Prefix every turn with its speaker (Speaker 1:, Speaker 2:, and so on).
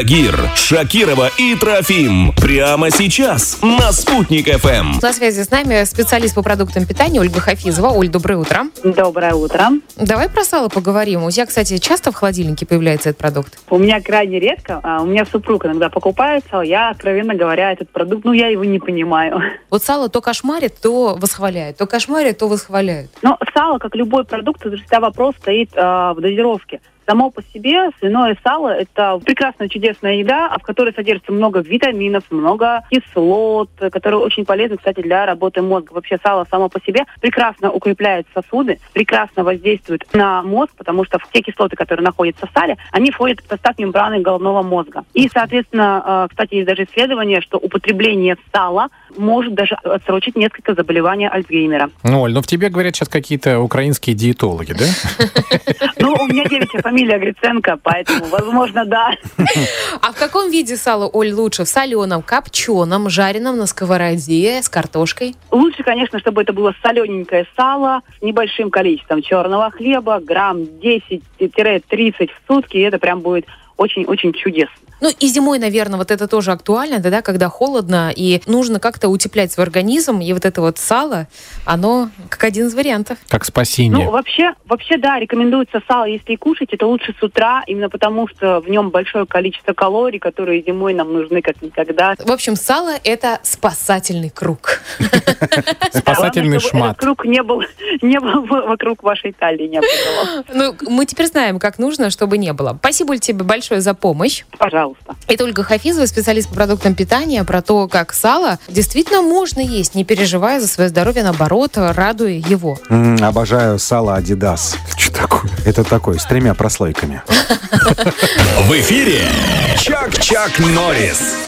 Speaker 1: Тагир, Шакирова и Трофим. Прямо сейчас на Спутник ФМ.
Speaker 2: На связи с нами специалист по продуктам питания Ольга Хафизова. Оль, доброе утро.
Speaker 3: Доброе утро.
Speaker 2: Давай про сало поговорим. У тебя, кстати, часто в холодильнике появляется этот продукт?
Speaker 3: У меня крайне редко, а у меня супруг иногда покупает сало, я, откровенно говоря, этот продукт, ну, я его не понимаю.
Speaker 2: Вот сало то кошмарит, то восхваляет, то кошмарит, то восхваляет.
Speaker 3: Но сало, как любой продукт, это всегда вопрос стоит э, в дозировке. Само по себе свиное сало – это прекрасная, чудесная еда, а в которой содержится много витаминов, много кислот, которые очень полезны, кстати, для работы мозга. Вообще сало само по себе прекрасно укрепляет сосуды, прекрасно воздействует на мозг, потому что все кислоты, которые находятся в сале, они входят в состав мембраны головного мозга. И, соответственно, э, кстати, есть даже исследование, что употребление сала может даже отсрочить несколько заболеваний Альцгеймера.
Speaker 4: Ну, Оль, ну в тебе говорят сейчас какие-то украинские диетологи, да?
Speaker 3: Ну, у меня девичья фамилия Гриценко, поэтому, возможно, да.
Speaker 2: А в каком виде сала, Оль, лучше? В соленом, копченом, жареном на сковороде, с картошкой?
Speaker 3: Лучше, конечно, чтобы это было солененькое сало с небольшим количеством черного хлеба, грамм 10-30 в сутки, и это прям будет очень-очень чудесно.
Speaker 2: Ну и зимой, наверное, вот это тоже актуально, да, да, когда холодно, и нужно как-то утеплять свой организм, и вот это вот сало, оно как один из вариантов.
Speaker 4: Как спасение.
Speaker 3: Ну, вообще, вообще, да, рекомендуется сало, если и кушать, это лучше с утра, именно потому что в нем большое количество калорий, которые зимой нам нужны как никогда.
Speaker 2: В общем, сало – это спасательный круг.
Speaker 4: Спасательный
Speaker 3: Главное, чтобы
Speaker 4: шмат.
Speaker 3: Этот круг не был, не был вокруг вашей талии, не было.
Speaker 2: Ну, мы теперь знаем, как нужно, чтобы не было. Спасибо Оль, тебе большое за помощь.
Speaker 3: Пожалуйста.
Speaker 2: Это Ольга Хафизова, специалист по продуктам питания, про то, как сало действительно можно есть, не переживая за свое здоровье, наоборот, радуя его.
Speaker 5: М, обожаю сало Адидас.
Speaker 4: Что такое?
Speaker 5: Это такой, с тремя прослойками.
Speaker 1: В эфире Чак-Чак Норрис.